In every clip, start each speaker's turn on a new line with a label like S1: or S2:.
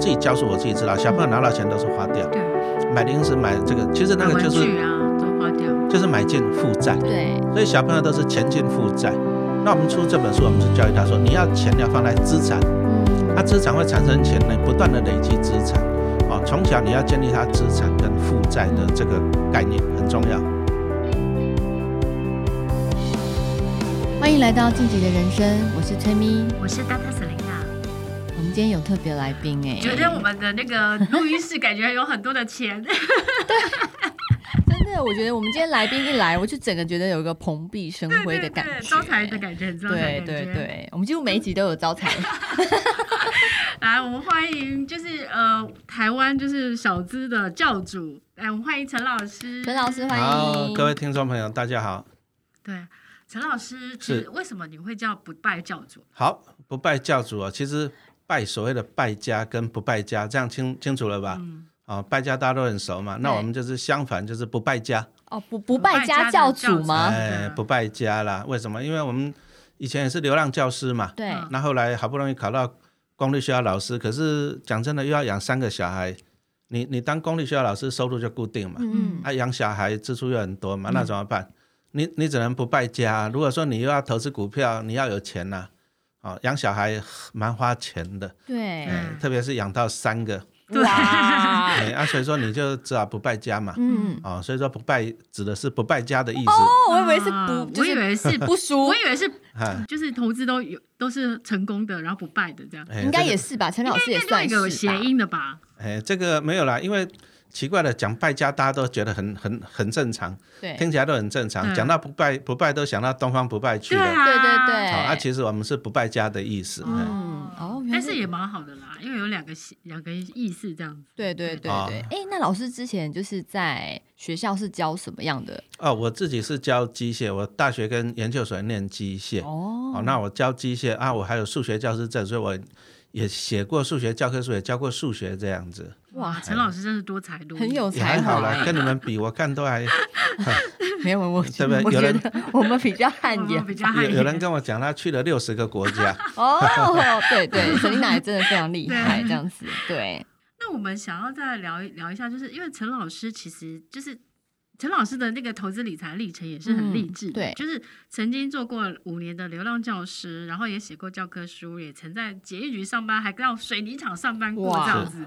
S1: 自己教书，我自己知道，小朋友
S2: 嗯
S1: 拿到钱都是花掉，
S3: 对，
S1: 买零食买这个，其实那个
S3: 文
S1: 就是
S3: 具啊都花掉，
S1: 就是买进负债，
S2: 对，
S1: 所以小朋友都是前进负债。那我们出这本书，我们是教育他说，你要钱要放在资产，
S2: 嗯，
S1: 那资产会产生钱呢，不断的累积资产。啊、从小你要建立他资产跟负债的这个概念很重要。
S2: 欢迎来到晋级的人生，我是崔咪。
S3: 我是 Data Selina。
S2: 我们今天有特别来宾哎、
S3: 觉得我们的那个录音室感觉有很多的 钱，
S2: 真的，我觉得我们今天来宾一来，我就整个觉得有一个蓬荜生辉的感觉，
S3: 对招财的感觉，招财
S2: 对
S3: 的感觉。
S2: 对对，我们几乎每一集都有 招财。
S3: 来，我们欢迎就是呃台湾就是小资的教主，来，我们欢迎陈老师。
S2: 陈老师，欢
S1: 好，
S2: 迎
S1: 各位听众朋友，大家好。
S3: 对，陈老师是为什么你会叫不败教主？
S1: 好，不拜教主啊、其实拜所谓的败家跟不败家，这样清清楚了吧？
S3: 嗯，
S1: 啊、败家大家都很熟嘛，那
S2: 对
S1: 我们就是相反，就是不败家，
S2: 哦，不不
S3: 败
S2: 败家
S3: 家
S2: 教
S3: 教
S2: 主
S3: 主
S2: 吗？
S1: 哎，不败家啦。为什么？因为我们以前也是流浪教师嘛，
S2: 对，
S3: 嗯
S1: 那后来好不容易考到公立学校老师，可是讲真的，又要养三个小孩，你你当公立学校老师收入就固定嘛，
S2: 嗯嗯，
S1: 啊，养小孩支出又很多嘛，
S2: 嗯
S1: 那怎么办？你你只能不败家、啊如果说你又要投资股票，你要有钱呐、哦，养小孩蛮花钱的，
S2: 对，
S1: 哎特别是养到三个，
S3: 对
S2: 哇，
S1: 哎啊，所以说你就只好不败家嘛。
S2: 嗯，
S1: 哦，所以说不败指的是不败家的意思。
S2: 哦，我以为是
S3: 啊
S2: 不，就
S3: 我以
S2: 是
S3: 为 是不，
S2: 不输
S3: 我，以为是
S1: 哈，
S3: 就是投资都有都是成功的，然后不败的这样，
S1: 哎
S2: 应该
S1: 这
S2: 也
S1: 个
S2: 是吧？陈老师也
S3: 应该
S2: 算
S3: 就有
S2: 是吧
S3: 谐。音的吧？
S1: 哎，这个没有啦，因为奇怪的讲败家，大家都觉得很很很正常，
S2: 对，
S1: 听起来都很正常。
S3: 嗯
S1: 讲到不败不败，都想到东方不败去
S3: 对
S1: 了。
S3: 啊，
S2: 对对
S1: 好，
S2: 对，
S1: 啊，其实我们是不败家的意思。哎
S2: 嗯哦原来
S3: 但
S2: 是
S3: 是也蛮好的啦，因为有两个系两个意思这样子。
S2: 对对对
S1: 啊
S2: 对，哎、那老师之前就是在学校是教什么样的？
S1: 哦，我自己是教机械，我大学跟研究所念机械。
S2: 哦
S1: 哦，那我教机械啊，我还有数学教师证，所以我也写过数学教科书，也教过数学这样子。
S2: 哇
S3: 哇，陈老师真是多才多艺，
S2: 很有
S1: 也
S2: 才
S1: 还
S2: 华
S1: 好啦，
S2: 欸
S1: 跟你们比，我看都 还
S2: 没有， 我
S1: 对不对
S2: 我
S1: 有
S2: 觉
S1: 人
S2: 得我们比较汗
S3: 我
S2: 颜
S3: 比较害
S1: 有
S2: 哎
S1: 有人跟我讲，他去了六十个国家。
S2: 哦。对对，沈丽娜也真的非常厉害，
S3: 对
S2: 这样子对，
S3: 那我们想要再聊一聊一下，就是因为陈老师其实就是陈老师的那个投资理财历程也是很励志的，
S2: 嗯对
S3: 就是曾经做过五年的流浪教师，然后也写过教科书，也曾在捷运局上班，还到水泥厂上班过
S2: 哇
S3: 这样子，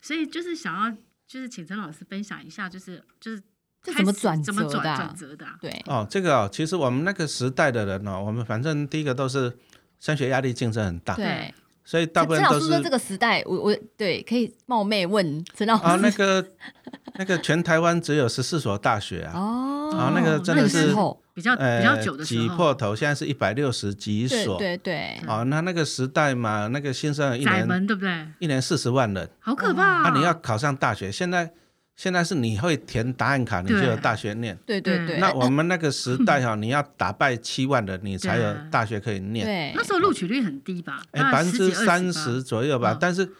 S3: 所以就是想要就是请陈老师分享一下、就是，就是
S2: 这
S3: 开
S2: 怎么
S3: 始
S2: 转
S3: 怎么
S2: 折的
S3: 转
S2: 啊
S3: 转折的啊、
S2: 对，
S1: 哦，这个哦，其实我们那个时代的人哦，我们反正第一个都是升学压力竞争很大，
S2: 对，
S1: 所以啊大
S2: 陈
S1: 部
S2: 陈
S1: 分都
S2: 老师
S1: 是
S2: 说这个时代，我我对可以冒昧问陈老
S1: 啊、那
S2: 师
S1: 个那个全台湾只有十四所大学啊，
S2: 哦
S1: 啊、那个真的
S3: 那个
S1: 是
S2: 时候
S3: 比较
S1: 呃
S3: 比较久的时
S1: 挤
S3: 候，
S1: 破头，现在是一百六十几
S2: 对
S1: 所。
S2: 对对，
S1: 哦，那那个时代嘛，那个新生儿一
S3: 窄
S1: 年
S3: 门啊对不对？
S1: 一年四十万人，
S3: 好可怕、
S2: 嗯
S1: 那、你要考上大学，现在现在是你会填答案卡，你就
S3: 对
S1: 有大学念。
S3: 嗯
S2: 对对对，
S1: 那我们那个时代哈、你要打败七万人，你才有
S3: 对
S1: 大学可以念。
S2: 对
S3: 那时候录取率很低吧？
S1: 哎，
S3: 大
S1: 百
S3: 概
S1: 分
S3: 十
S1: 之
S3: 几
S1: 三十，左右吧
S3: 嗯，
S1: 但是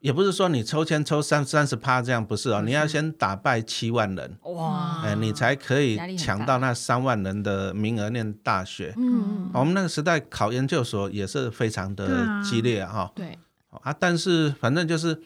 S1: 也不是说你抽签抽三三十趴这样，不是哦，
S3: 不是哦
S1: 你要先打败七万人，
S2: 哇，
S1: 哎，你才可以
S2: 压力很大
S1: 抢到那三万人的名额念大学。
S2: 嗯，
S1: 我们那个时代考研究所也是非常
S3: 对
S1: 的
S3: 啊
S1: 激烈哈
S2: 对，
S1: 啊，但是反正就是。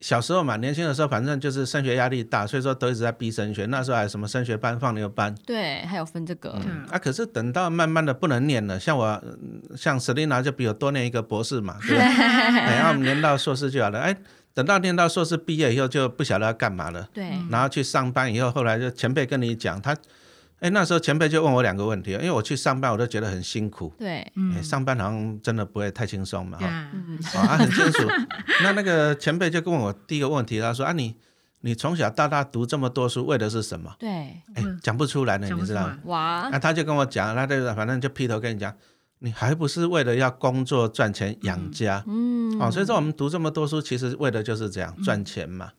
S1: 小时候嘛，年轻的时候，反正就是升学压力大，所以说都一直在逼升学。那时候还有什么升学班、放牛班，
S2: 对，还有分这个，
S3: 嗯
S1: 啊，可是等到慢慢的不能念了，像我，嗯像 Selina 就比我多念一个博士嘛，对吧？哎，然后我们念到硕士就好了。哎，等到念到硕士毕业以后，就不晓得要干嘛了。
S2: 对，
S3: 嗯
S1: 然后去上班以后，后来就前辈跟你讲，他，哎，那时候前辈就问我两个问题，因为我去上班我都觉得很辛苦，
S2: 对，
S1: 哎
S3: 嗯，
S1: 上班好像真的不会太轻松嘛，
S3: 对
S1: 哈、
S2: 嗯，
S1: 哦啊，很清楚。那那个前辈就问我第一个问题，他说啊你，你从小到大读这么多书，为的是什么？
S2: 对，
S1: 哎，讲不出来呢，
S3: 讲
S1: 你
S3: 不
S1: 知
S3: 出
S1: 道吗
S3: 来？，
S2: 哇，
S1: 那、他就跟我讲，他就反正就劈头跟你讲，你还不是为了要工作赚钱养家。
S2: 嗯，
S1: 哦，所以说我们读这么多书，其实为的就是这样赚钱嘛。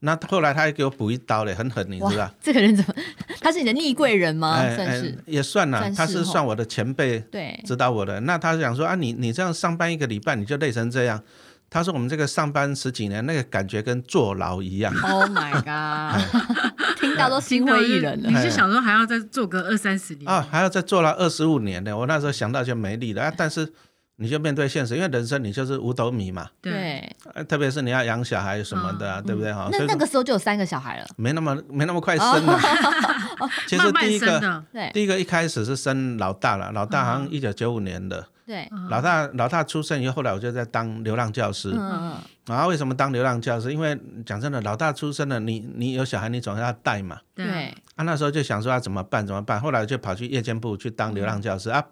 S1: 那后来他还给我补一刀嘞，很狠，你知道
S2: 哇？，这个人怎么？ 他是你的逆贵人吗？
S1: 哎
S2: 算是、
S1: 哎、也算了
S2: 算，是
S1: 他是
S2: 哦
S1: 算我的前辈，
S2: 对，
S1: 指导我的。那他想说啊，你你这样上班一个礼拜你就累成这样，他说我们这个上班十几年，那个感觉跟坐牢一样。
S2: Oh my god！听
S1: 哎
S2: 到都心灰意冷
S1: 嗯
S2: 了
S3: 你。是想说还要再做个二三十年
S2: 嗯
S1: 啊，还要再坐牢二十五年呢，我那时候想到就没力了啊。但是你就面对现实，因为人生你就是五斗米嘛，
S3: 对，
S2: 对，
S1: 呃特别是你要养小孩什么的、啊，对不对哈？
S2: 嗯那
S1: 所以
S2: 那个哦时候就有三个小孩了，
S1: 没那么没那么快 生了、
S2: 啊
S1: 其实
S3: 慢慢
S1: 第一
S3: 生
S1: 个
S3: 的，
S2: 对
S1: 第一个一开始是生老大了，老大好
S2: 嗯
S1: 像一九九五年的，
S2: 对，
S3: 嗯
S1: 老大老大出生以后，后来我就在当流浪教师。
S2: 嗯嗯
S1: 然啊后为什么当流浪教师？因为讲真的，老大出生了，你你有小孩，你总要带嘛。
S2: 嗯，
S3: 对，
S2: 对，
S1: 啊，那时候就想说要怎么办怎么办，后来就跑去夜间部去当流浪教师、啊，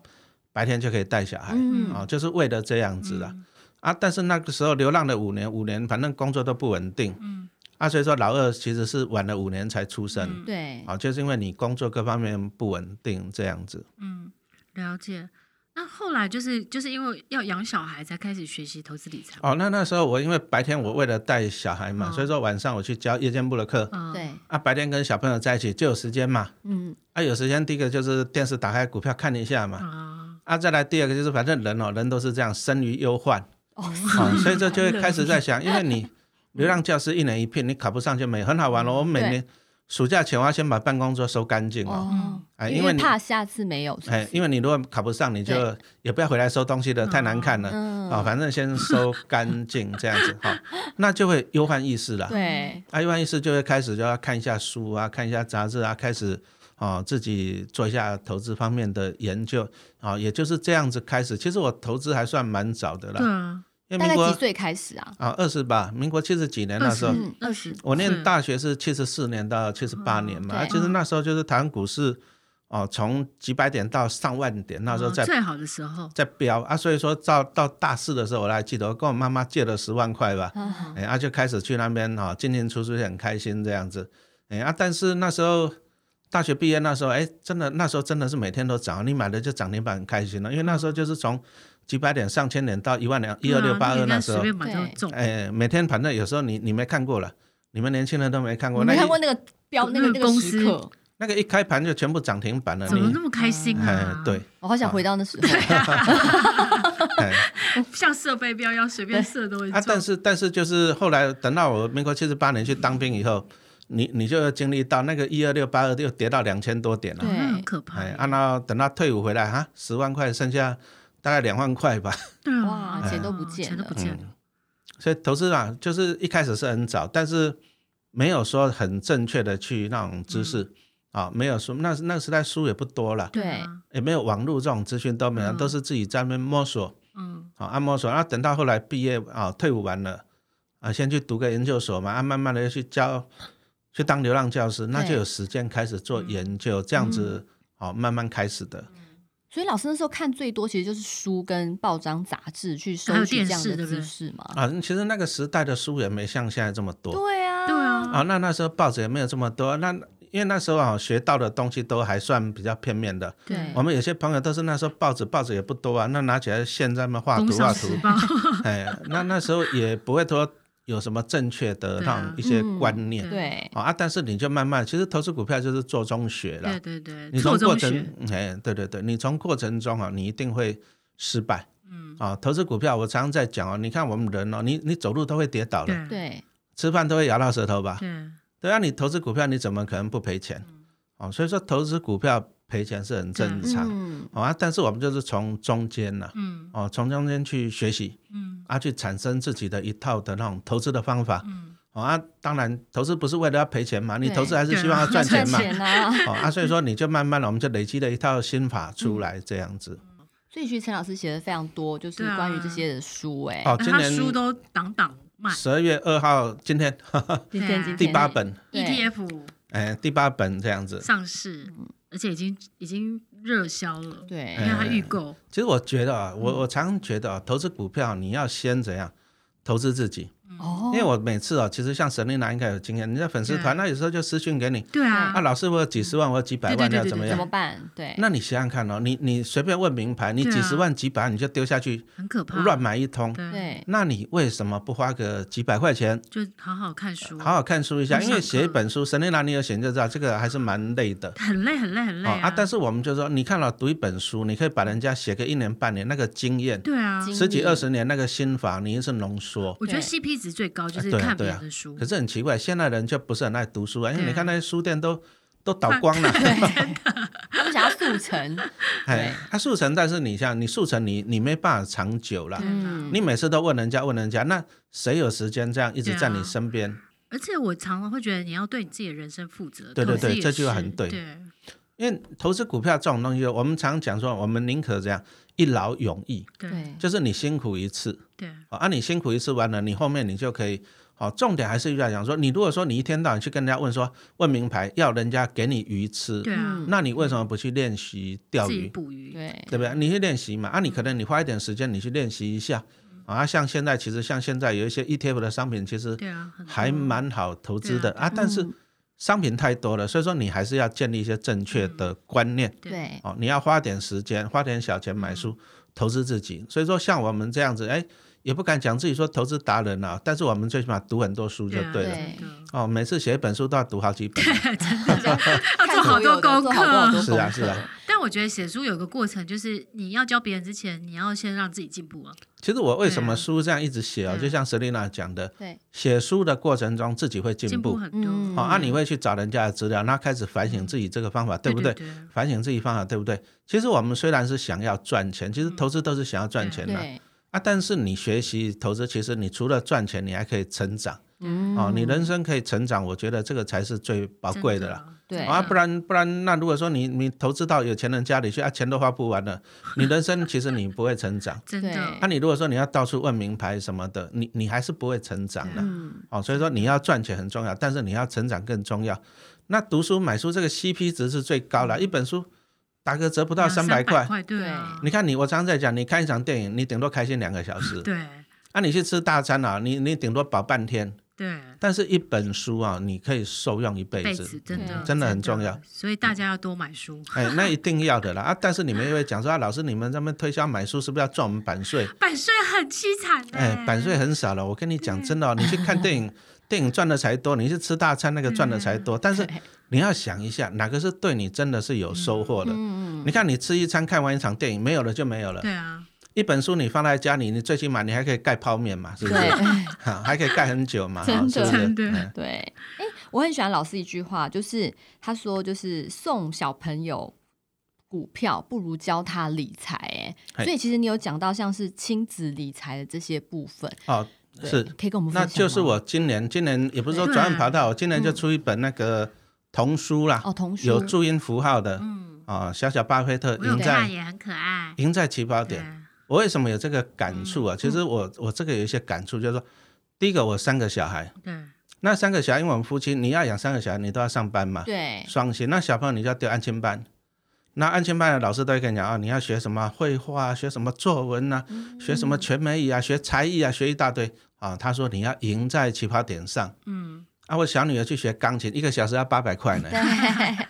S1: 白天就可以带小孩，
S2: 嗯
S1: 哦，就是为了这样子的、
S3: 嗯
S1: 啊。但是那个时候流浪了五年，五年反正工作都不稳定，
S3: 嗯
S1: 啊，所以说老二其实是晚了五年才出生，
S3: 嗯
S2: 对，
S1: 哦，就是因为你工作各方面不稳定这样子。
S3: 嗯，了解。那后来就是就是因为要养小孩才开始学习投资理财，
S1: 哦，那那时候我因为白天我为了带小孩嘛，
S3: 嗯
S1: 所以说晚上我去教夜间部的课，
S3: 嗯，
S2: 对，
S1: 啊，白天跟小朋友在一起就有时间嘛，
S2: 嗯，
S1: 啊，有时间第一个就是电视打开股票看一下嘛，
S3: 啊，
S1: 啊，再来第二个就是反正人哦，人都是这样生于忧患，
S2: 哦，
S1: 啊，所以这就会开始在想，因为
S2: 嗯
S1: 你 流浪教师一年一聘，你考不上就没很好玩了。我每
S2: 对
S1: 年暑假前我要先把办公桌收干净哦，
S2: 哦
S3: 嗯，
S1: 哎，
S2: 因
S1: 因
S2: 为
S1: 你
S2: 怕下次没有，是不
S1: 哎
S2: 是，
S1: 因为你如果考不上，你就也不要回来收东西了，太难看了。
S2: 嗯
S1: 啊，反正先收干净这样子哈，那就会忧患意识了。
S2: 对，
S1: 啊，忧患意识就会开始就要看一下书啊，看一下杂志啊，开始哦自己做一下投资方面的研究啊，也就是这样子开始。其实我投资还算蛮早的
S3: 对
S1: 啦，
S3: 啊，
S1: 因为
S2: 嗯大
S1: 民
S2: 概
S1: 国
S2: 几岁开始啊？
S1: 啊，二十吧，民国七十几年那时候，
S2: 嗯
S3: 二十，
S1: 我念
S3: 是
S1: 大学是七十四年到七十八年嘛，
S2: 嗯
S1: 啊
S2: 对
S1: 其实那时候就是台湾股市哦，从几百点到上万点，那时候
S2: 哦
S3: 嗯
S1: 在、
S3: 最好的时候，
S1: 在飙啊，所以说到到大四的时候，我还记得我跟我妈妈借了十万块吧，
S2: 啊
S1: 哎，啊就开始去那边哈、进进出出就很开心这样子，哎啊，但是那时候。大学毕业那时候，哎，真的那时候真的是每天都涨，你买的就涨停板很开心了，因为那时候就是从几百点、上千点到一万两、一二六八
S3: 对
S1: 二
S3: 啊应该
S1: 那时候
S3: 随，便买都
S2: 对
S3: 中，
S1: 哎，每天反正有时候你你没看过了，你们年轻人都没看过，
S2: 你没
S1: 那
S2: 看
S1: 一
S2: 过那个标那
S3: 那
S2: 个那
S3: 个
S2: 个
S3: 嗯公
S2: 时
S3: 司
S2: 刻，
S1: 那个一开盘就全部涨停板了，
S3: 怎么
S1: 你
S3: 那么开心
S1: 哎
S3: 啊？
S1: 对，，
S2: 我好想回到那时候。
S1: 哎
S3: 像设备标要随便设都会中
S1: 啊，，但是但是就是后来等到我民国七十八年去当兵以后，你你就经历到那个一二六八二又跌到两千多点了，
S3: 那很可怕
S1: 哎，，啊，然后等到退伍回来哈，十万块剩下大概两万块吧，
S3: 对啊
S2: 哇钱都不见
S3: 钱都
S2: 了
S3: 不
S2: 嗯
S3: 见了，
S1: 所以投资啊，就是一开始是很早，但是没有说很正确的去那种知识。啊、没有书，那那个时代书也不多了，
S2: 对
S3: 啊
S1: 也没有网络这种资讯都没有，
S3: 嗯
S1: 都是自己在那边摸索
S3: 嗯，
S1: 啊，按摸索。然后等到后来毕业啊，退伍完了啊，先去读个研究所嘛，啊，慢慢的去教，去当流浪教师，那就有时间开始做研究，这样子好、慢慢开始的。
S2: 所以老师那时候看最多其实就是书跟报章杂志去收
S3: 还有
S2: 集
S3: 电
S2: 这样
S3: 视
S2: 的
S3: 对不
S2: 知
S3: 对
S2: 识嘛。
S1: 啊，其实那个时代的书也没像现在这么多
S2: 对啊，
S3: 对啊，
S1: 啊，那那时候报纸也没有这么多，那因为那时候啊学到的东西都还算比较片面的。
S2: 对
S3: 嗯
S1: 我们有些朋友都是那时候报纸报纸也不多啊，那拿起来现在嘛画
S3: 工
S1: 图画
S3: 商
S1: 图
S3: 时，报，
S1: 哎，那那时候也不会说有什么正确的
S3: 对
S1: 那
S3: 啊
S1: 种一些观念
S3: 嗯
S2: 对
S1: 哦啊，但是你就慢慢，其实投资股票就是做中学了
S3: 对，对对，
S1: 你
S3: 错
S1: 从过
S3: 中学
S1: 程，嗯哎，对对对，你从过程中啊，你一定会失败
S3: 嗯，
S1: 啊。投资股票我常常在讲哦，你看我们人哦，你你走路都会跌倒了，
S3: 对
S2: 对
S1: 吃饭都会咬到舌头吧？
S3: 对，
S1: 对啊，你投资股票你怎么可能不赔钱？哦，所以说投资股票赔钱是很正常
S2: 嗯，
S1: 哦啊，但是我们就是从中间呐、
S3: 嗯
S1: 哦，从中间去学习，
S3: 嗯
S1: 啊，去产生自己的一套的那种投资的方法。
S3: 嗯，
S1: 哦、啊，当然，投资不是为了要赔钱嘛，你
S2: 对
S1: 投资还是希望要
S3: 对
S1: 赚
S2: 赚
S1: 钱嘛。
S2: 钱啊！
S1: 哦啊，所以说你就慢慢的，我们就累积了一套心法出来，这样子。
S2: 所以其实陈老师写的非常多，就是
S3: 对啊
S2: 关于这些的书哎。
S1: 哦，
S3: 那
S1: 今
S3: 他啊书
S1: 年
S3: 都挡挡卖
S1: 十二月二号，今天
S3: 啊
S2: 今天今天
S1: 第八本，
S2: 对
S3: ，ETF
S1: 哎，第八本这样子。
S3: E 上市，而且已经已经热销了，
S2: 对
S3: 因为
S1: 哎
S3: 它预购，
S1: 其实我觉得啊，
S3: 嗯
S1: 我我常觉得啊，投资股票你要先怎样？投资自己，
S3: 嗯
S2: 哦
S1: 因，为我每次啊，其实像沈丽娜应该有经验，你在粉丝团，那有时候就私讯给你，
S3: 对
S1: 啊，
S3: 啊，
S1: 老师我有几十万，我有几百
S3: 对
S1: 万，
S3: 对对
S1: 要怎么
S3: 对
S1: 样
S2: 怎？么办？对，
S1: 那你想想看哦，你你随便问名牌，你
S3: 对啊
S1: 几十万、几百万你就丢下去
S3: 很可怕，
S1: 乱买一通，
S3: 对，嗯
S2: 对
S1: 那你为什么不花个几百块钱
S3: 就好好看书，
S1: 好好看书一下？
S3: 嗯
S1: 因为写一本书，神内拉尼尔写你就知道，这个还是蛮累的。
S3: 很累很累很累
S1: 哦啊，但
S3: 是
S1: 是我们就说，你看了读一本书，你可以把人家写个一年半年那个经验，
S3: 对啊，
S2: 经历
S1: 十几二十年那个心法，你是浓缩。
S3: 我觉得
S2: 对
S3: CP 值最高就是
S1: 对啊
S3: 看别
S1: 对啊
S3: 人的书
S1: 可，是很奇怪，现
S3: 嗯
S1: 在人就不是很爱读书啊，因为
S3: 对
S1: 你看那些书店都都倒光了。
S2: 他们想要速速成，
S1: 哎，它速成，但是你像你速成你，你没办法长久啦。
S2: 嗯
S1: 啊你每次都问人家问人家，那谁有时间这样一直
S3: 对啊
S1: 在你身边？
S3: 而且我常常会觉得你要对你自己的人生负责。
S1: 对对
S3: 投资
S1: 对
S3: 也
S1: 这句话
S3: 是
S1: 很对
S3: 对，
S1: 因为投资股票这种东西，我们常讲说，我们宁可这样一劳永逸，
S3: 对
S1: 就是你辛苦一次，
S3: 对
S1: 哦啊，你辛苦一次完了，你后面你就可以。好、重点还是要讲说，你如果说你一天到晚去跟人家问说问名牌，要人家给你鱼吃，
S3: 对啊，
S2: 嗯
S1: 那你为什么不去练习钓
S3: 自己嗯
S1: 鱼？
S3: 捕鱼，
S2: 对
S1: 对不对？你去练习嘛，啊，你可能你花一点时间，你去练习一下啊。像现在其实像现在有一些 ETF 的商品，其实
S3: 对啊，很多
S1: 还蛮好投资的
S3: 对
S1: 啊，但是
S2: 嗯
S1: 商品太多了，所以说你还是要建立一些正确的
S3: 嗯
S1: 观念
S2: 对
S1: 哦。你要花点时间，花点小钱买书
S3: 嗯
S1: 投资自己。所以说像我们这样子，哎，也不敢讲自己说投资达人啊，但是我们最起码读很多书就
S3: 对啊
S1: 对了。
S2: 对
S3: 真的
S1: 哦，每次写一本书都要读好几本，啊
S2: 要
S3: 做好多功课
S1: 是啊是啊。
S3: 但我觉得写书有个过程，就是你要教别人之前，你要先让自己进步啊。
S1: 其实我为什么
S3: 对啊
S1: 书这样一直写哦，
S3: 对啊
S1: 就像 Selina 讲的，
S2: 对，
S1: 写书的过程中自己会进
S3: 进
S1: 步，
S3: 很多，
S2: 嗯
S1: 好、啊，你会去找人家的资料，那开始反省自己这个方法对不
S3: 对
S1: 对？
S3: 对？
S1: 反省自己方法对不对？其实我们虽然是想要赚钱，其实投资都是想要赚钱的啊
S2: 嗯对，
S1: 但是你学习投资，其实你除了赚钱，你还可以成长
S2: 嗯
S1: 哦，你人生可以成长，我觉得这个才是最宝
S3: 真
S1: 贵的啦。
S2: 对
S3: 真
S1: 啊，
S3: 的
S1: 不然不然，那如果说你你投资到有钱人家里去啊，钱都花不完了，你人生其实你不会成长。啊
S3: 真
S2: 对
S3: 的
S1: 那、你如果说你要到处问名牌什么的，你你还是不会成长的。
S2: 嗯
S1: 哦，所以说你要赚钱很重要，但是你要成长更重要。那读书买书这个 CP 值是最高了，一本书打个折不到
S3: 两
S1: 三百块。
S3: 块，对啊。
S1: 你看你，我常常在讲，你看一场电影，你顶多开心两个小时
S3: 对
S1: 啊，你去吃大餐啊，你你顶多饱半天。
S3: 对，
S1: 但是一本书啊，你可以受用一辈
S3: 被
S1: 子。
S3: 子真的
S2: 嗯
S1: 真的很重要，嗯
S3: 所以大家要多买书。
S1: 哎，那一定要的啦啊！但是你们也会讲说啊，老师，你们这边推销买书是不是要赚我们版税？
S3: 版税很凄惨欸的，
S1: 哎，版税很少了。我跟你讲真的、哦，你去看电影，电影赚的才多，你去吃大餐那个赚的才多。但是
S2: 对
S1: 你要想一下，哪个是对你真的是有收获的？
S2: 嗯
S1: 你看，你吃一餐看完一场电影，没有了就没有了。
S3: 对啊，
S1: 一本书你放在家里，你最起码你还可以盖泡面嘛，是不是？
S2: 对
S1: 哈还可以盖很久嘛，
S2: 真
S1: 哈
S2: 的
S1: 是不是
S3: 真的
S1: 嗯
S2: 对，哎，我很喜欢老师一句话，就是他说，就是送小朋友。股票不如教他理财，哎，
S1: 嘿
S2: 所以其实你有讲到像是亲子理财的这些部分，
S1: 哦，
S2: 对
S1: 是，
S2: 可以跟我们分
S1: 那
S2: 享吗
S1: 就是我今年，今年也不是说转换跑道，我今年就出一本那个童书啦，
S2: 哦，童书
S1: 有注音符号的
S3: 嗯，
S1: 啊，小小巴菲特
S3: 我有
S1: 赢
S3: 看
S1: 在
S3: 也很可爱，
S1: 赢在起跑
S3: 对啊
S1: 点。我为什么有这个
S2: 嗯
S1: 感触啊？其实我我这个有一些感触，就是说，第一个我三个小孩，
S3: 对
S1: 那三个小孩，因为我们夫妻，你要养三个小孩，你都要上班嘛，
S2: 对
S1: 双薪，那小朋友你就要丢安亲班。那安亲班的老师都会跟你讲啊，你要学什么绘画啊，学什么作文呐、
S2: 嗯
S1: 学什么全美语啊，学才艺啊，学一大堆啊。他说你要赢在起跑点上
S3: 嗯，
S1: 啊。我小女儿去学钢琴，一个小时要八百块 呢。哎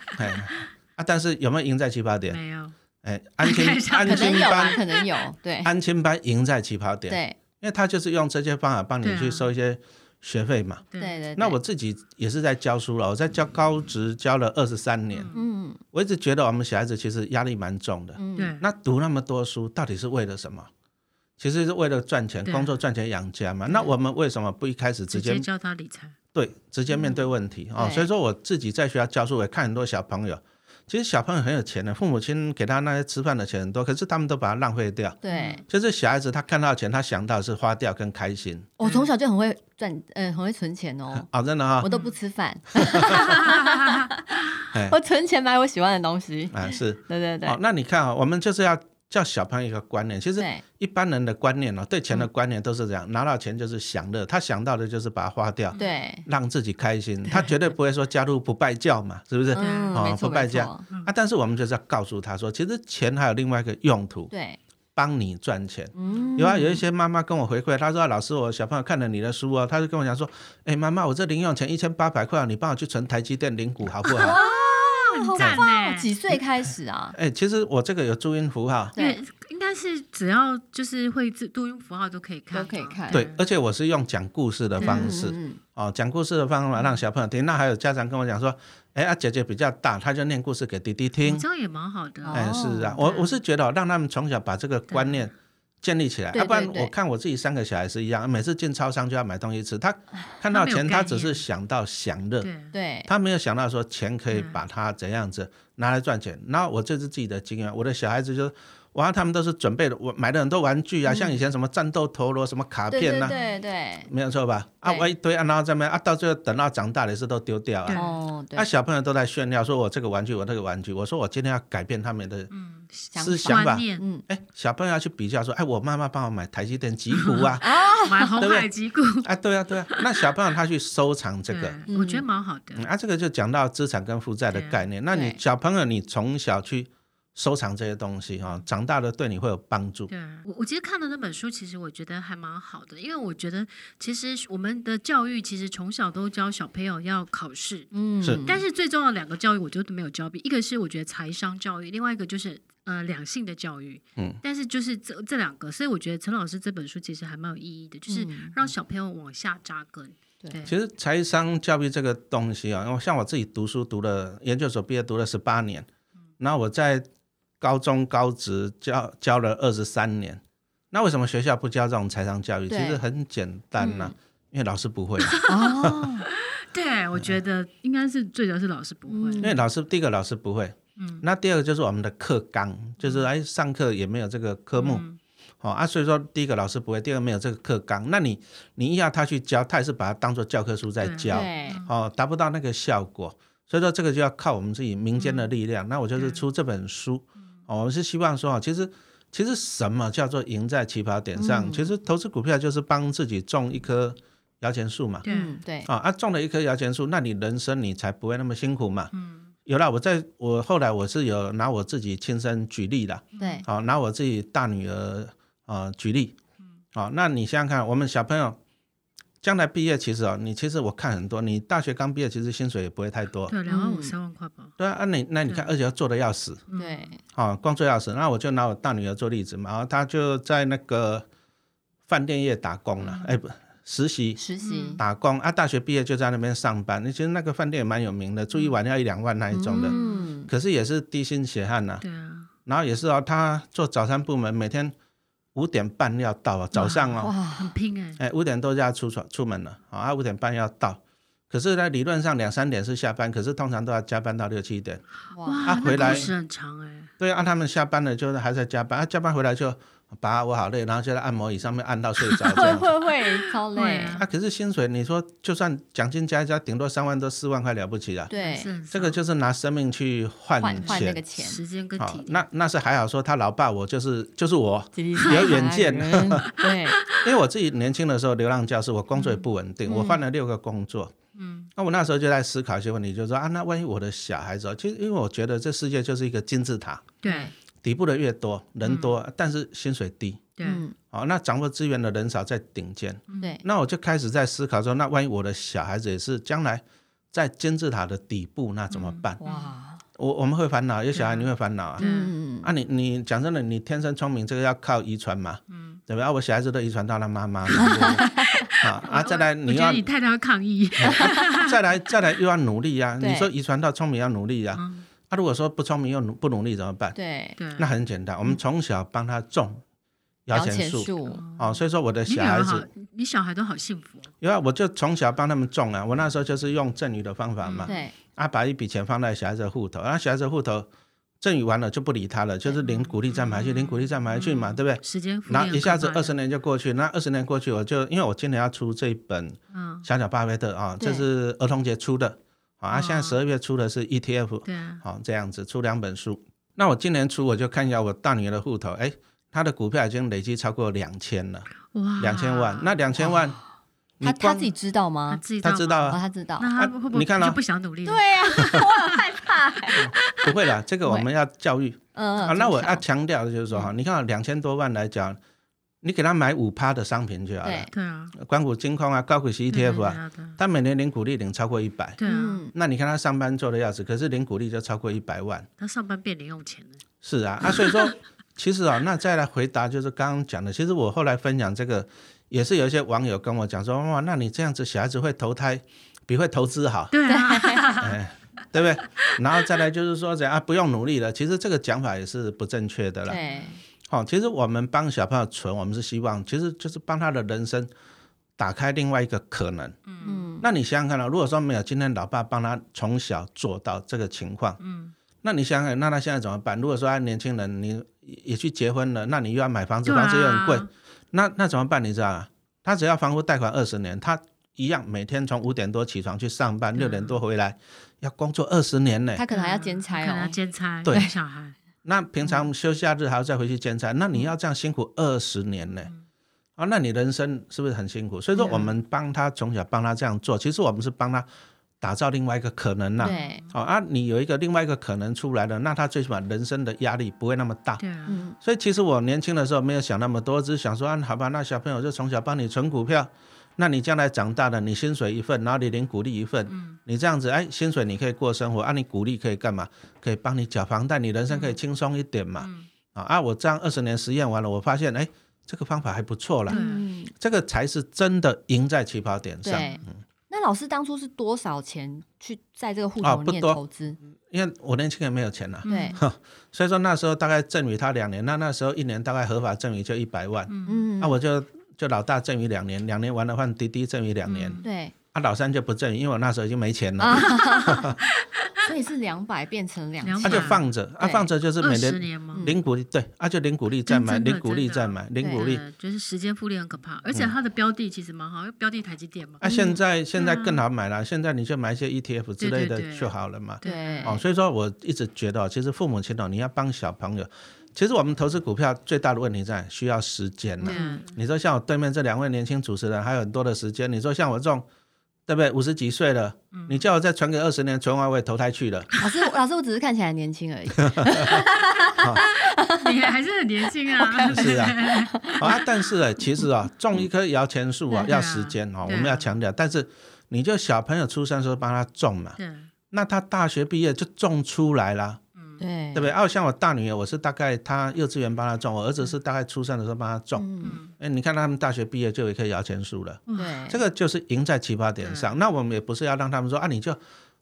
S1: 啊，但是有没有赢在起跑点？
S3: 没有，
S1: 哎，安 亲
S3: 可
S1: 安
S2: 可
S1: 亲
S2: 能有吧，
S1: 班，
S2: 可能有，对
S1: 安亲班赢在起跑点。
S2: 对
S1: 因为他就是用这些方法帮你
S3: 对啊
S1: 去收一些学费嘛。
S2: 对
S3: 对，嗯
S2: 对。
S1: 那
S2: 对
S1: 我自己也是在教书了，我在教高职教了二十三年，
S2: 嗯
S1: 我一直觉得我们小孩子其实压力蛮重的。
S2: 嗯
S3: 对
S1: 那读那么多书到底是为了什么？其实是为了赚钱，
S3: 对
S1: 工作赚钱养家嘛。那我们为什么不一开始直
S3: 直
S1: 接
S3: 接教他理财，
S1: 对直接面对问题啊、
S2: 对
S1: 所以说我自己在学校教书，我也看很多小朋友，其实小朋友很有钱的，父母亲给他那些吃饭的钱很多，可是他们都把它浪费掉。
S2: 对，
S1: 就是小孩子他看到钱，他想到的是花掉跟开心
S2: 我从小就很会赚，呃，很会存钱哦。
S1: 嗯 啊、真的哈、
S2: 我都不吃饭，
S3: 嗯
S1: 哎
S2: 我存钱买我喜欢的东西。
S1: 啊，是。
S2: 对对嗯对
S1: 哦，，那你看啊、我们就是要教小朋友一个观念。其实
S2: 对嗯
S1: 一般人的观念哦，对钱的观念都是这样，拿到钱就是享乐，他想到的就是把它花掉，
S2: 对，
S1: 让自己开心。他绝对不会说加入不败教嘛， 是不是？
S2: 嗯，
S1: 哦
S2: 没错
S1: 不败
S2: 没
S1: 家
S2: 错，
S1: 啊，但是我们就是要告诉他说，其实钱还有另外一个用途，
S2: 对，
S1: 帮你赚钱。
S2: 嗯
S1: 有啊，有一些妈妈跟我回馈，她说：“老师，我小朋友看了你的书哦，他就跟我讲说，哎，妈妈，我这零用钱一千八百块哦，你帮我去存台积电零股好不好？”
S2: 好
S3: 赞
S2: 棒哦！
S3: 呢
S2: 几岁开始啊？
S1: 哎、其实我这个有注音符号，
S3: 因
S2: 对
S3: 为应该是只要就是会字读音符号都可以看嘛，
S2: 都可以看
S1: 对，而且我是用讲故事的方式、
S2: 嗯嗯
S1: 哦，讲故事的方法让小朋友听。那还有家长跟我讲说，哎、啊，姐姐比较大，她就念故事给弟弟听
S3: 哦你。这样也蛮好的啊，
S1: 哎、是啊，
S3: 哦
S1: 我我是觉得哦让他们从小把这个观念建立起来，
S2: 对
S1: 要、不然
S2: 对对
S1: 我看我自己三个小孩是一样，每次进超商就要买东西吃，他看到
S3: 他没有
S1: 钱，
S3: 概
S1: 他只
S3: 念
S1: 是想到享乐，
S3: 对，
S2: 嗯对，
S1: 他没有想到说钱可以
S3: 嗯
S1: 把它怎样子拿来赚钱。那我这是自己的经验，我的小孩子就是，哇，他们都是准备的，我买了很多玩具啊，像以前什么战斗陀螺、什么卡
S2: 对
S1: 片啊
S2: 对
S1: 呐、
S2: 对对，
S1: 没有错吧？啊，
S2: 对
S1: 我一堆啊，然后在那边啊，到最后等到长大了也是都丢掉
S3: 对
S1: 啊。
S2: 哦，对
S1: 啊，，小朋友都在炫耀说我这个玩具，我那个玩具。我说我今天要改变他们的
S3: 嗯，
S2: 想
S1: 思
S2: 法
S1: 想吧
S3: 观。念
S2: 嗯，
S1: 哎，小朋友要去比较说，哎，我妈妈帮我买台积电吉普啊，
S2: 嗯
S3: 买红
S1: 对不对
S3: 海脊骨，
S1: 啊，对啊， 对啊。那小朋友他去收藏 这个，
S3: 对我觉得蛮好的
S1: 嗯，，啊，这个就讲到资产跟负债的概念。那你
S2: 嗯对
S1: 小朋友，你从小去收藏这些东西啊、长大了对你会有帮助。
S3: 对，我我其实看了那本书，其实我觉得还蛮好的，因为我觉得其实我们的教育其实从小都教小朋友要考试，
S2: 嗯，
S1: 是
S3: 但是最重要的两个教育我觉得没有教比，一个是我觉得财商教育，另外一个就是呃两性的教育。
S1: 嗯，
S3: 但是就是这这两个，所以我觉得陈老师这本书其实还蛮有意义的，就是
S2: 嗯
S3: 让小朋友往下扎根。
S2: 对
S3: 对，
S1: 其实财商教育这个东西啊，因为像我自己读书读了研究所毕业读了十八年，那我在高中高职教教了二十三年。那为什么学校不教这种财商教育？其
S2: 对
S1: 实很简单呐、
S2: 嗯
S1: 因为老师不 会啊、
S2: 哦，
S3: 对，我觉得应该是最主要是老师不会，
S1: 因为老师第一个老师不会，
S3: 嗯，
S1: 那第二个就是我们的课纲，就是哎上课也没有这个科目，
S3: 嗯
S1: 哦啊，所以说第一个老师不会，第二个没有这个课纲，那你你硬要他去教，他也是把它当做教科书在教，
S2: 对，
S1: 哦，达不到那个效果，所以说这个就要靠我们自己民间的力量。
S2: 嗯
S1: 那我就是
S3: 对
S1: 出这本书，哦，我是希望说，哦，其实其实什么叫做赢在起跑点上？
S2: 嗯
S1: 其实投资股票就是帮自己种一棵摇钱树嘛，
S3: 对，
S2: 嗯， 对，
S1: 啊啊，种了一棵摇钱树，那你人生你才不会那么辛苦嘛。
S3: 嗯，
S1: 有啦，我在我后来我是有拿我自己亲身举例的，
S2: 对，
S1: 好、啊拿我自己大女儿啊、呃举例，好、那你想想看，我们小朋友将来毕业，其实哦，你其实我看很多，你大学刚毕业，其实薪水也不会太多，
S3: 对，两万五
S2: 嗯
S3: 三万块吧，
S1: 对啊，啊你那你看，而且要做的要死，
S3: 嗯
S2: 对，
S1: 啊、工作要死，那我就拿我大女儿做例子嘛，然后她就在那个饭店业打工了，哎、不，实习。
S2: 实习，
S1: 打工啊，大学毕业就在那边上班。其实那个饭店也蛮有名的，住一晚要一两万那一种的，
S2: 嗯，
S1: 可是也是低薪血汗呐、
S3: 对啊，
S1: 然后也是哦，他做早餐部门，每天五点半要到啊，早上哦，
S2: 哇，
S3: 很拼哎，
S1: 哎，五点多就要出床出门了啊，啊，五点半要到。可是呢，理论上两三点是下班，可是通常都要加班到六七点。
S2: 哇，
S3: 哇，
S1: 回
S3: 那
S1: 来
S3: 工时很长哎，
S1: 对啊，他们下班了就是还在加班，啊，加班回来就啊把我好累，然后就在按摩椅上面按到睡着这
S2: 会
S1: 样。
S2: 会会，超累
S3: 会，啊
S1: 啊，可是薪水你说就算奖金加一加，顶多三万多四万块了不起啊。
S2: 对，
S3: 是很
S1: 这个
S3: 少
S1: 就是拿生命去换
S2: 换换那
S1: 钱
S2: 个。钱，
S3: 时间跟
S1: 好、
S3: 体力，
S1: 那那是还好说，他老爸我就是就是我，
S2: 有
S1: 远见
S2: 对，
S1: 因为我自己年轻的时候，流浪教师，我工作也不稳定，我换了六个工作。
S3: 嗯，
S1: 那我那时候就在思考一些问题，就是说啊，那万一我的小孩子哦，其实因为我觉得这世界就是一个金字塔，
S3: 对
S1: 底部的越多，人多，但是薪水低。
S3: 对，
S2: 嗯，
S1: 哦，那掌握资源的人少在顶尖，
S2: 对，
S1: 那我就开始在思考说，那万一我的小孩子也是将来在金字塔的底部，那怎么办？
S2: 嗯哇，
S1: 我我们会烦恼，有小孩
S3: 对啊
S1: 你会烦恼啊。
S2: 嗯，
S1: 啊你，你讲真的，你天生聪明，这个要靠遗传嘛，
S3: 嗯，
S1: 对吧？啊，我小孩子都遗传到他妈妈 嘛，对不对啊啊，再来
S3: 我
S1: 你
S3: 觉
S1: 要
S3: 得你 太太会 抗议，
S1: 再来再来又要努力呀、
S2: 对
S1: 你说遗传到聪明要努力呀、
S3: 嗯
S1: 啊，如果说不聪明又努不努力怎么办？
S2: 对，
S3: 对，嗯
S1: 那很简单，我们从小帮他种摇
S2: 摇
S1: 钱
S2: 钱
S1: 树
S2: 树，
S1: 哦，所以说我的
S3: 你女
S1: 小孩
S3: 儿好
S1: 子，，
S3: 你小孩都好幸福哦，
S1: 因为我就从小帮他们种啊，我那时候就是用赠与的方法
S3: 嗯
S1: 嘛，
S2: 对，
S1: 啊，把一笔钱放在小孩子的户头，然啊后小孩子的户头赠与完了就不理他了，就是领鼓励再买
S3: 嗯
S1: 去，领鼓励再买去嘛，对不对？
S3: 时间复利
S1: 然
S3: 很
S1: 后
S3: 可
S1: 一下子
S3: 怕的
S1: 二十，年就过去，那二十年过去，我就因为我今年要出这一本
S3: 嗯，
S1: 小小巴菲特啊，
S2: 对
S1: 这是儿童节出的好啊，现在
S3: 哦
S1: 十二月出的是 ETF，
S3: 对啊，
S1: 好、这样子出两本书。那我今年出我就看一下我大女儿的户头，哎，她的股票已经累积超过两千了，
S3: 哇，
S1: 两千
S3: 啊
S1: 万。那两千万，你
S2: 他他
S1: 光
S2: 自己知道
S3: 他
S2: 吗？
S3: 自己
S1: 她知道
S3: 吗
S2: 哦，
S1: 啊，
S2: 他知 道，
S3: 那他会不会
S1: 你看啊
S3: 就不想努力了？
S2: 呀，我很害怕，欸
S1: 不会啦，这个我们要教育
S2: 嗯
S1: 啊。那我要强调的就是说哈，你看啊两千多万来讲，你给她买五趴的商品就好了
S2: 对，
S3: 对啊
S1: 光谷金控啊、高股息 ETF 啊，
S3: 对啊，
S1: 她每年领股利领超过一百。
S3: 对啊对
S2: 嗯
S3: 啊，，
S1: 那你看她上班做的要死，可是领股利就超过一百万。
S3: 他上班变零用钱了，
S1: 是啊，啊，所以说，其实啊，那再来回答就是刚刚讲的，其实我后来分享这个，也是有一些网友跟我讲说，哇，那你这样子小孩子会投胎比会投资好，
S3: 对啊，
S1: 对不对？然后再来就是说怎样啊，不用努力了，其实这个讲法也是不正确的啦。
S2: 对，
S1: 好、其实我们帮小朋友存，我们是希望其实就是帮他的人生打开另外一个可能。
S2: 嗯，
S1: 那你想想看啊，如果说没有今天老爸帮他从小做到这个情况，
S3: 嗯，
S1: 那你想想看，那他现在怎么办？如果说他年轻人你也去结婚了，那你又要买房子，
S3: 对啊
S1: 房子又很贵，那那怎么办？你知道吗？他只要房屋贷款二十年，他一样每天从五点多起床去上班，
S3: 对
S1: 六
S3: 啊
S1: 点多回来，要工作二十年呢。
S2: 他可能还要兼
S3: 嗯可
S2: 差
S3: 能要
S2: 哦，
S3: 兼差，
S1: 对
S3: 有小孩，
S1: 那平常休假日还要再回去兼差，那你要这样辛苦二十年呢、啊，那你人生是不是很辛苦？所以说，
S2: 对啊
S1: 我们帮他从小帮他这样做，其实我们是帮他打造另外一个可能呐、
S2: 对，
S1: 哦啊，你有一个另外一个可能出来了，那他最起码人生的压力不会那么大。
S3: 对啊，
S2: 嗯，
S1: 所以其实我年轻的时候没有想那么多，只是想说，啊，好吧，那小朋友就从小帮你存股票，那你将来长大了，你薪水一份，然后你领鼓励一份，
S2: 嗯
S1: 你这样子，哎，薪水你可以过生活，啊，你鼓励可以干嘛？可以帮你缴房贷，你人生可以轻松一点嘛。
S3: 嗯
S2: 嗯
S1: 啊啊，我这样二十年实验完了，我发现，哎，这个方法还不错啦，
S3: 对
S2: 嗯，
S1: 这个才是真的赢在起跑点上。
S2: 对。那老师当初是多少钱去在这个户
S1: 啊
S2: 头里
S1: 不
S2: 面
S1: 多
S2: 投资？
S1: 因为我年轻人没有钱啦、啊
S2: 对，
S1: 所以说那时候大概赠予他两年，那那时候一年大概合法赠予就一百万，
S2: 嗯
S1: 那、，啊我就就老大赠予两年，两年完了换滴滴赠予两年，
S3: 嗯
S2: 对，
S1: 啊老三就不赠予，因为我那时候已经没钱了，
S2: 啊所以是两百变成两
S3: 200
S1: 他、
S2: 千，
S1: 就放 着，啊
S2: 对
S1: 放着就是
S3: 二
S1: 每
S3: 十
S1: 年
S3: 年吗？
S2: 嗯
S1: 零股利，对，啊就零股利再买，
S3: 真的
S1: 零股利再买，零股利。
S3: 呃就是时间复利很可怕，而且它的标的其实蛮好，因为标的台积电嘛，
S1: 嗯啊，现在现在更好买了，现在你就买一些 ETF 之类
S3: 嗯对对
S1: 的
S3: 对
S1: 就好了嘛。
S2: 对，
S1: 哦，所以说我一直觉得哦，其实父母亲哦，你要帮小朋友，其实我们投资股票最大的问题在需要时间呢、
S3: 对啊，
S1: 你说像我对面这两位年轻主持人还有很多的时间，你说像我这种，对不对？五十几岁了，
S3: 嗯
S1: 你叫我再存个二十年，存完我也投胎 去了。
S2: 老师，老师，我只是看起来年轻而已。
S3: 你还是很年轻 啊，
S1: 是啊，啊，但是哎，其实啊，种一棵摇钱树啊，
S3: 对啊
S1: 要时间哦，我
S3: 对啊
S1: 们要强调。但是你就小朋友出生的时候帮他种嘛，
S3: 对，
S1: 那他大学毕业就种出来啦，
S2: 对
S1: 对不对？啊，像我大女儿，我是大概她幼稚园帮她种，我儿
S3: 嗯
S1: 子是大概出生的时候帮她种。
S2: 嗯，
S1: 哎，你看他们大学毕业就有一棵摇钱树了。
S2: 对，
S1: 这个就是赢在起跑点
S2: 嗯
S1: 上。那我们也不是要让他们说啊，你就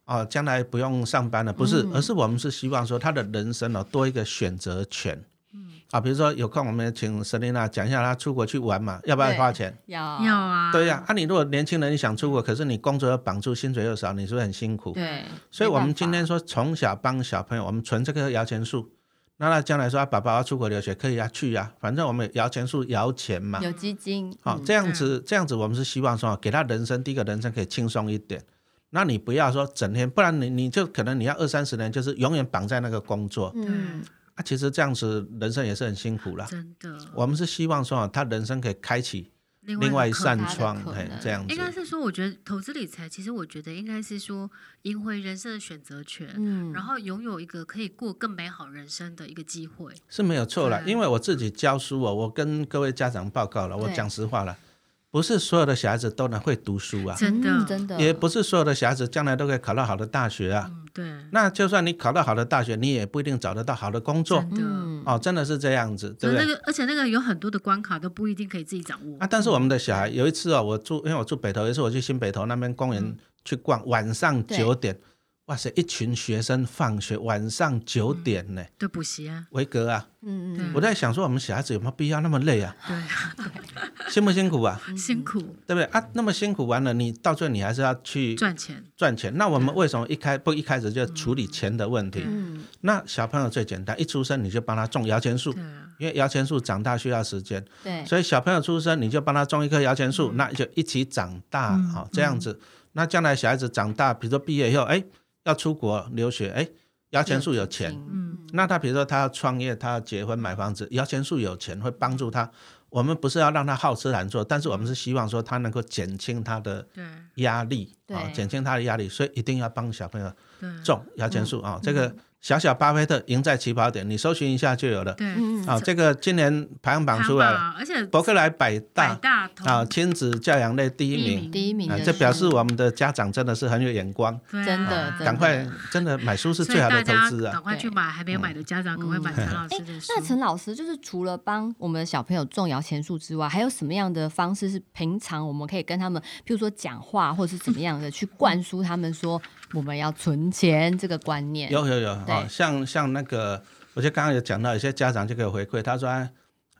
S1: 哦将来不用上班了，不
S2: 嗯
S1: 是，而是我们是希望说他的人生哦多一个选择权。
S2: 嗯
S1: 啊，比如说有空我们也请 Selina 讲一下，她出国去玩嘛，要不要
S2: 对
S1: 花钱？
S2: 要
S3: 要啊，
S1: 对呀、啊，你如果年轻人你想出国，可是你工作又绑住，薪水又少，你是不是很辛苦？
S2: 对，
S1: 所以我
S2: 没
S1: 们
S2: 办法
S1: 今天说从小帮小朋友，我们存这棵摇钱树，那他将来说、啊、爸爸我要出国留学，可以啊，去呀、啊，反正我们有摇钱树摇钱嘛，哦
S2: 有基金，
S1: 好、
S2: 嗯
S1: 这样子，这样子，我们是希望说，给他人生第一个人生可以轻松一点。那你不要说整天，不然你你就可能你要二三十年，就是永远绑在那个工作、
S2: 嗯，
S1: 啊。其实这样子人生也是很辛苦啦。
S3: 真的，
S1: 我们是希望说，他人生可以开启
S3: 另
S1: 另外一扇
S3: 可怕的
S1: 窗，
S2: 可
S1: 嘿
S2: 能，
S1: 这样子
S3: 应。该是说，我觉得投资理财，其实我觉得应该是说赢回人生的选择权，
S2: 嗯
S3: 然后拥有一个可以过更美好人生的一个机会。
S1: 是没有错了，
S3: 对
S1: 因为我自己教书哦，我跟各位家长报告了，我
S2: 对
S1: 讲实话了，不是所有的小孩子都能会读书啊，
S3: 真的，
S2: 嗯真的
S1: 也不是所有的小孩子将来都可以考到好的大学啊。
S3: 嗯，对，
S1: 那就算你考到好的大学，你也不一定找得到好的工作
S3: 真的。
S2: 嗯，
S1: 哦，真的是这样子，对
S3: 所以
S1: 不
S3: 嗯那
S1: 对？
S3: 个，而且那个有很多的关卡都不一定可以自己掌握
S1: 啊，但是我们的小孩有一次哦，我住，因为我住北头，有一次我去新北头那边公
S3: 嗯
S1: 园去逛，晚上
S2: 对
S1: 九点，哇塞，一群学生放学晚上九点呢，
S3: 对补习啊，
S1: 维格啊，
S2: 嗯
S3: 对
S2: 嗯，
S1: 我在想说我们小孩子有没有必要那么累啊，
S3: 对啊，
S1: 辛不辛苦啊，
S2: 嗯
S3: 辛苦
S1: 对不对啊？那么辛苦完了，你到最后你还是要去
S3: 赚钱，
S1: 赚钱，那我们为什么一开不一开始就处理钱的问题？
S2: 嗯，
S1: 那小朋友最简单，一出生你就帮他种摇钱树，
S3: 对啊，
S1: 因为摇钱树长大需要时间。
S2: 对，
S1: 所以小朋友出生，你就帮他种一棵摇钱树，那就一起长大啊、好这样子。那将来小孩子长大，比如说毕业以后，哎，要出国留学，哎，摇钱树有钱。
S2: 嗯，
S1: 那他比如说他要创业，他要结婚买房子，摇钱树有钱会帮助他。我们不是要让他好吃懒做，但是我们是希望说他能够减轻他的
S3: 对
S1: 压力啊、
S2: 对
S1: 减轻他的压力，所以一定要帮小朋友
S3: 对
S1: 种摇钱树啊、这个小小巴菲特赢在起跑点，你搜寻一下就有了。
S3: 对，
S2: 嗯，
S1: 啊、这个今年排行榜
S3: 行
S1: 出来了。
S3: 吧，而且
S1: 伯克莱百
S3: 百
S1: 大
S3: 大同
S1: 啊，亲子教养类第一
S3: 第一
S1: 名
S3: 名，
S2: 哦第一名
S1: 啊
S2: 的，
S1: 这表示我们的家长真的是很有眼光，
S3: 对啊
S2: 真的真的
S1: 赶快真的买书是
S3: 所以
S1: 最好
S3: 大
S1: 的投
S3: 家
S1: 资
S3: 赶
S1: 啊。嗯
S3: 快去
S2: 对
S3: 买，还没有买的家长赶快买陈老
S2: 哎
S3: 师的书。
S2: 那陈老师就是除了帮我们的小朋友种摇钱树之外，还有什么样的方式是平常我们可以跟他们，譬如说讲话，或者是怎么样的去灌输他们说我们要存钱这个观念？
S1: 有有有，哦
S2: 对
S1: 啊，像像那个我就刚刚有讲到，有些家长就给我回馈，他说：“哎，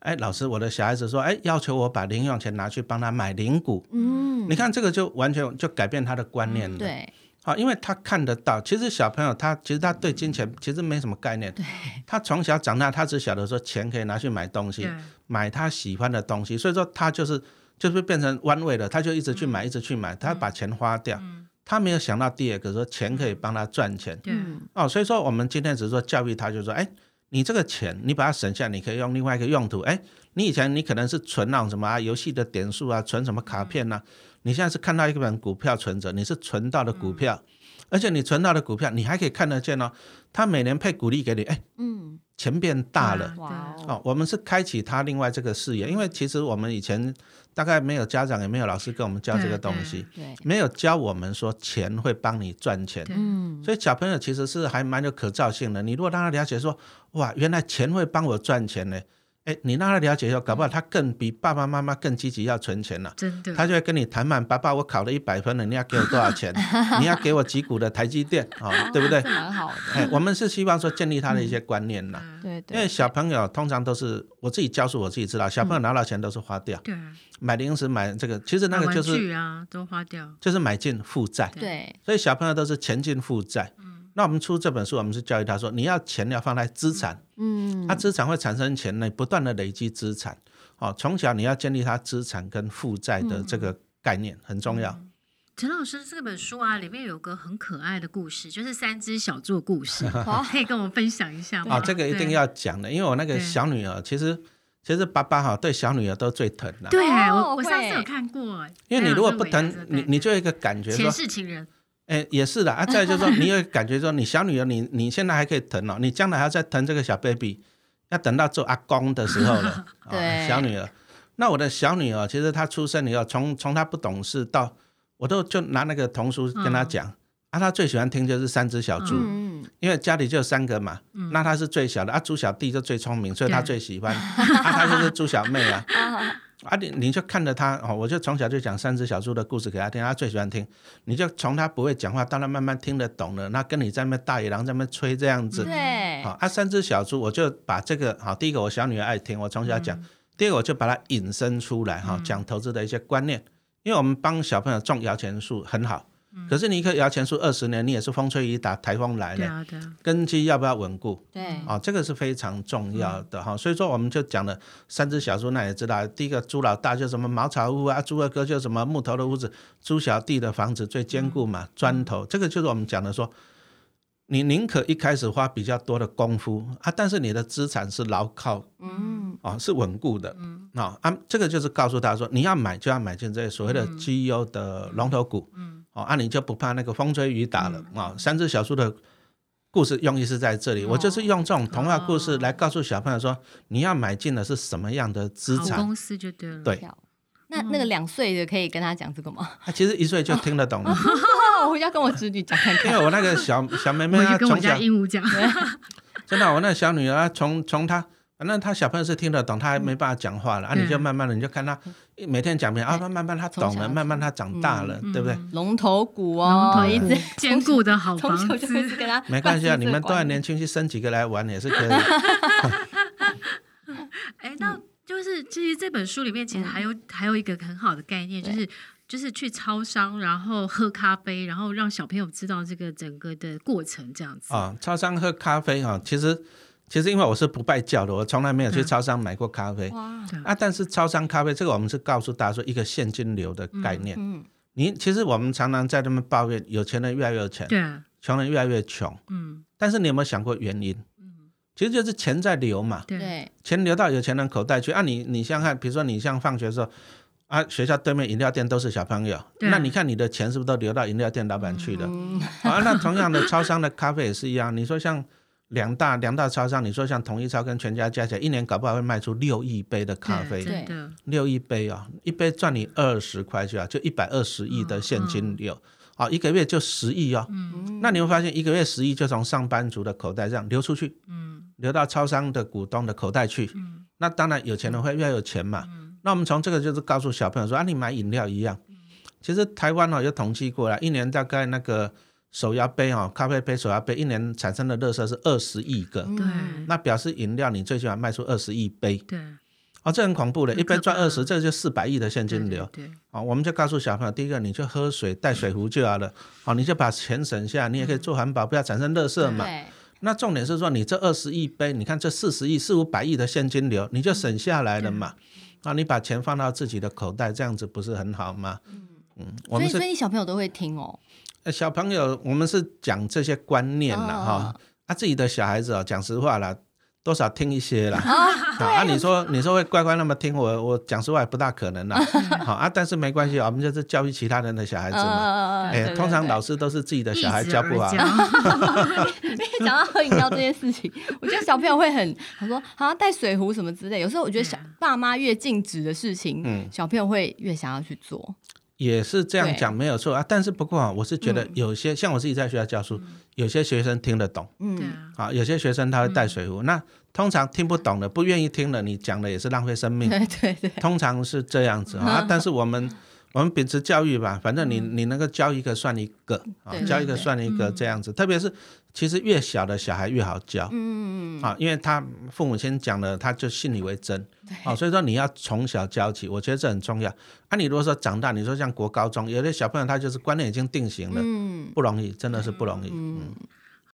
S1: 哎老师，我的小孩子说，哎，要求我把零用钱拿去帮他买零股。
S2: 嗯，
S1: 你看这个就完全就改变他的观念了。
S2: 对
S1: 好，因为他看得到，其实小朋友他其实他对金钱其实没什么概念，
S2: 对，
S1: 他从小长大，他只晓得说钱可以拿去买东西，
S3: 对
S1: 买他喜欢的东西，所以说他就是就是变成弯位了，他就一直去买，一直去买，他把钱花掉，他没有想到第二个说钱可以帮他赚钱
S3: 对
S2: 嗯
S1: 哦，所以说我们今天只是说教育他，就说哎。你这个钱，你把它省下，你可以用另外一个用途。哎，你以前你可能是存那种什么、啊、游戏的点数啊，存什么卡片呐、你现在是看到一本股票存折，你是存到的股票，而且你存到的股票，你还可以看得见哦。他每年配股利给你，哎，
S2: 嗯，
S1: 钱变大了。
S3: 对
S2: 哇哦，
S1: 哦，我们是开启他另外这个视野，因为其实我们以前大概没有家长也没有老师跟我们教这个东西，
S2: 对，
S1: 没有教我们说钱会帮你赚钱，
S3: 对
S2: 嗯，
S1: 所以小朋友其实是还蛮有可造性的。你如果让他了解说，哇，原来钱会帮我赚钱呢，哎，你让他了解以后，搞不好他更比爸爸妈妈更积极要存钱了、
S3: 真的，
S1: 他就会跟你谈判，爸爸，我考了一百分了，你要给我多少钱？你要给我几股的台积电啊、哦， 对不对
S2: 这？蛮好的，
S1: 哎，我们是希望说建立他的一些观念啦。
S3: 嗯
S2: 对对，
S1: 因为小朋友通常都是我自己教书，我自己知道，小朋友拿到钱都是花掉，
S3: 对，
S1: 买零食买这个，其实那
S3: 嗯买
S1: 个就
S3: 玩
S1: 是
S3: 具啊都花掉，
S1: 就是买进负债，
S2: 对
S1: 所以小朋友都是前进负债。
S3: 嗯
S1: 那我们出这本书，我们是教育他说，你要钱要放在资产，
S2: 嗯
S1: 他、，资产会产生钱呢，不断的累积资产。哦，从小你要建立他资产跟负债的这个概念很重要。
S3: 嗯陈老师这本书啊，里面有个很可爱的故事，就是三只小猪的故 事，
S2: 哇
S3: 可以跟我们分享一下吗？
S1: 啊，这个一定
S3: 对。
S1: 要讲的，因为我那个
S3: 对
S1: 小女儿，其实其实爸爸哈对小女儿都最疼的、
S3: 对，啊
S2: 哦
S3: 我我上次有
S2: 会
S3: 看过，
S1: 因为你如果不
S3: 谈，
S1: 疼，你你就有一个感觉说
S3: 前，世情人，
S1: 哎、也是的啊。再来就是说，你有感觉说，你小女儿你，你现在还可以疼哦，你将来还要再疼这个小 baby，要等到做阿公的时候 了。哦
S2: 对
S1: 小女儿。那我的小女儿，其实她出生以后，从从她不懂事到，我都就拿那个童书跟她讲、啊，她最喜欢听就是三只小猪，
S2: 嗯，
S1: 因为家里就有三个嘛，那她是最小的啊，猪小弟就最聪明，所以她
S3: 对
S1: 最喜欢， 啊，她就是猪小妹啊。
S2: 啊
S1: 啊，你你就看着他哦，我就从小就讲三只小猪的故事给他听，他最喜欢听。你就从他不会讲话到他慢慢听得懂了，那跟你在那边大野狼在那边吹这样子，
S3: 嗯
S2: 对
S1: 好、，啊，三只小猪，我就把这个好，第一个我小女儿爱听，我从小
S3: 嗯
S1: 讲；第二个我就把它引申出来哈、讲投资的一些观念。因为我们帮小朋友种摇钱树很好，可是你一棵摇钱树二十年，你也是风吹雨打、台风来
S3: 嗯对
S1: 了，
S3: 啊对啊，
S1: 根基要不要稳固？
S2: 对，
S1: 哦，这个是非常重要的哈、所以说我们就讲了三只小猪，那也知道，第一个猪老大就什么茅草屋啊，猪二哥就什么木头的屋子，猪小弟的房子最坚固嘛，砖头，这个就是我们讲的说，你宁可一开始花比较多的功夫啊，但是你的资产是牢靠
S2: 嗯，
S1: 啊、哦，是稳固的，嗯，啊、啊，这个就是告诉他说，你要买就要买进这些所谓的绩优的龙头股，嗯，哦，啊，你就不怕那个风吹雨打了
S3: 嗯
S1: 啊、三只小猪的故事用意是在这里，我就是用这种童话故
S3: 哦
S1: 事来告诉小朋友说，你要买进的是什么样的资
S3: 好
S1: 产。
S3: 公司就对了，
S1: 对
S2: 跳那那个两岁的可以跟他讲这个吗？
S1: 他、啊其实一岁就听得懂了，
S3: 哦
S2: 我哦回家跟我侄女讲看
S1: 因
S2: 看。
S1: 为我那个小小妹妹
S3: 我
S1: 她
S3: 就跟我
S1: 啊从
S3: 家
S1: 小
S3: 鹦鹉讲，
S1: 真的，我那小女儿啊从从她。反正她小朋友是听得懂，她还没办法讲话了、啊！你就
S3: 嗯
S1: 慢慢的，你就看她每天讲别人啊，慢慢慢她懂
S2: 从
S1: 了，
S2: 小
S1: 慢慢她长大了，
S3: 嗯
S1: 对不对？
S2: 龙头股
S3: 龙
S2: 哦，
S3: 头
S2: 一
S3: 股
S2: 直
S3: 坚固的好
S2: 从
S3: 房
S2: 小就一直
S3: 子，
S2: 跟他灌输这个观念，
S1: 没关 系啊，你们都很年轻，去生几个来玩也是可以。
S3: 哎，
S1: 嗯
S3: 那就是其实这本书里面其实还有还有一个很好的概念，就
S2: 对
S3: 是就是去超商，然后喝咖啡，然后让小朋友知道这个整个的过程，这样子。
S1: 啊、超商喝咖啡啊、其实其实因为我是不拜教的，我从来没有去超商买过咖啡、
S2: 哇，
S3: 对
S1: 啊。但是超商咖啡这个，我们是告诉大家说一个现金流的概念。
S2: 嗯，
S1: 你其实我们常常在那边抱怨，有钱人越来越有钱，
S3: 对啊，
S1: 穷人越来越穷。
S3: 嗯，
S1: 但是你有没有想过原因？其实就是钱在流嘛，
S3: 对，
S2: 对，
S1: 钱流到有钱人口袋去。啊你，你想想看，比如说你像放学的时候，啊，学校对面饮料店都是小朋友，
S3: 对啊
S1: 那你看你的钱是不是都流到饮料店老板去了？
S2: 嗯，
S1: 啊，那同样的，超商的咖啡也是一样。你说像两大两大超商，你说像统一超跟全家加起来，一年搞不好会卖出六亿杯的咖啡，
S3: 对真的，
S1: 六亿杯啊、一杯赚你二十块去啊，就一百二十亿的现金流啊、一个月就十亿哦。
S2: 嗯
S1: 那你会发现，一个月十亿就从上班族的口袋这样流出去，
S3: 嗯，
S1: 流到超商的股东的口袋去。那当然，有钱人会越来越有钱嘛。
S3: 嗯
S1: 那我们从这个就是告诉小朋友说啊，你买饮料一样。其实台湾哦有统计过来，一年大概那个手摇杯哦，咖啡杯手摇杯一年产生的垃圾是二十亿个，
S2: 嗯
S3: 对
S1: 那表示饮料你最起码卖出二十亿杯
S3: 对
S1: 哦，这很恐怖的，
S3: 很
S1: 一杯
S3: 可
S1: 赚
S3: 怕
S1: 二十，这就四百亿的现
S3: 对
S1: 金流
S3: 对对
S1: 啊、我们就告诉小朋友，第一个你就喝水带水壶就好了，哦，你就把钱省下，你也可
S3: 嗯
S1: 以做环保，不要产生垃圾嘛。
S2: 对，
S1: 那重点是说，你这二十亿杯，你看这四十亿、四五百亿的现金流，你就
S2: 嗯
S1: 省下来了嘛。啊，你把钱放到自己的口袋，这样子不是很好吗？嗯，我
S2: 所
S1: 们
S2: 以
S1: 是
S2: 所以你小朋友都会听哦，
S1: 呃小朋友，我们是讲这些观念啦，哈、
S2: 哦
S1: 啊，自己的小孩子哦，讲实话啦，多少听一些啦。 好啊，你说你说会乖乖那么听我，我讲实话也不大可能啦。
S2: 嗯
S1: 好啊，但是没关系，我们就是教育其他人的小孩子嘛。
S2: 嗯
S1: 哎、通常 老师都是自己的小孩教不好，啊
S3: 一子而教
S2: 讲到喝饮料这件事情，我觉得小朋友会很，他说好像带水壶什么之类。有时候我觉得小
S3: 对啊
S2: 爸妈越禁止的事情，
S1: 嗯
S2: 小朋友会越想要去做。
S1: 也是这样
S2: 对
S1: 讲没有错啊。但是不过啊，我是觉得
S2: 嗯
S1: 有些、像我自己在学校教书，有些学生听得懂
S3: 对
S2: 嗯，
S3: 啊，
S1: 啊，有些学生他会带水壶。那通常听不懂的、不愿意听的，你讲的也是浪费生命。
S3: 啊
S2: 对 对对，
S1: 通常是这样子啊。
S2: 嗯
S1: 但是我们我们秉持教育吧，反正你你能够教一个算一个啊
S2: 对，对
S1: 教一个
S2: 对嗯
S1: 算一个这样子。特别是其实越小的小孩越好教
S2: 嗯，
S1: 啊，因为他父母亲讲了，他就信以为真啊。所以说你要从小教起，我觉得这很重要。啊，你如果说长大，你说像国高中，有些小朋友他就是观念已经定型了，
S2: 嗯
S1: 不容易，真的是不容易。嗯
S2: 嗯，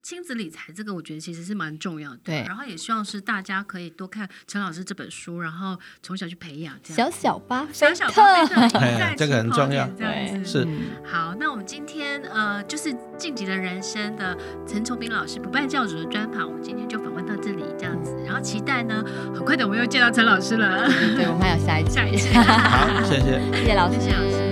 S3: 亲子理财这个，我觉得其实是蛮重要的。
S2: 对
S3: 然后也希望是大家可以多看陈老师这本书，然后从小去培养这
S2: 小
S3: 样。
S2: 小巴菲
S3: 小小
S2: 特，
S3: 巴菲特赢
S1: 哎
S3: 在
S1: 这个
S3: 起
S1: 很
S3: 跑
S1: 重
S3: 点
S1: 要
S3: 这样
S2: 对
S3: 子
S1: 是
S2: 嗯
S3: 好，那我们今天呃，就是晋级的人生的陈崇明老师不败教主的专访，我们今天就访问到这里这样子。然后期待呢，很快的我们又见到陈老师了，
S2: 对，我们还有下一集
S3: 下一，次。
S1: 好，谢谢。
S2: 谢谢老
S3: 谢
S2: 师
S3: 谢老师。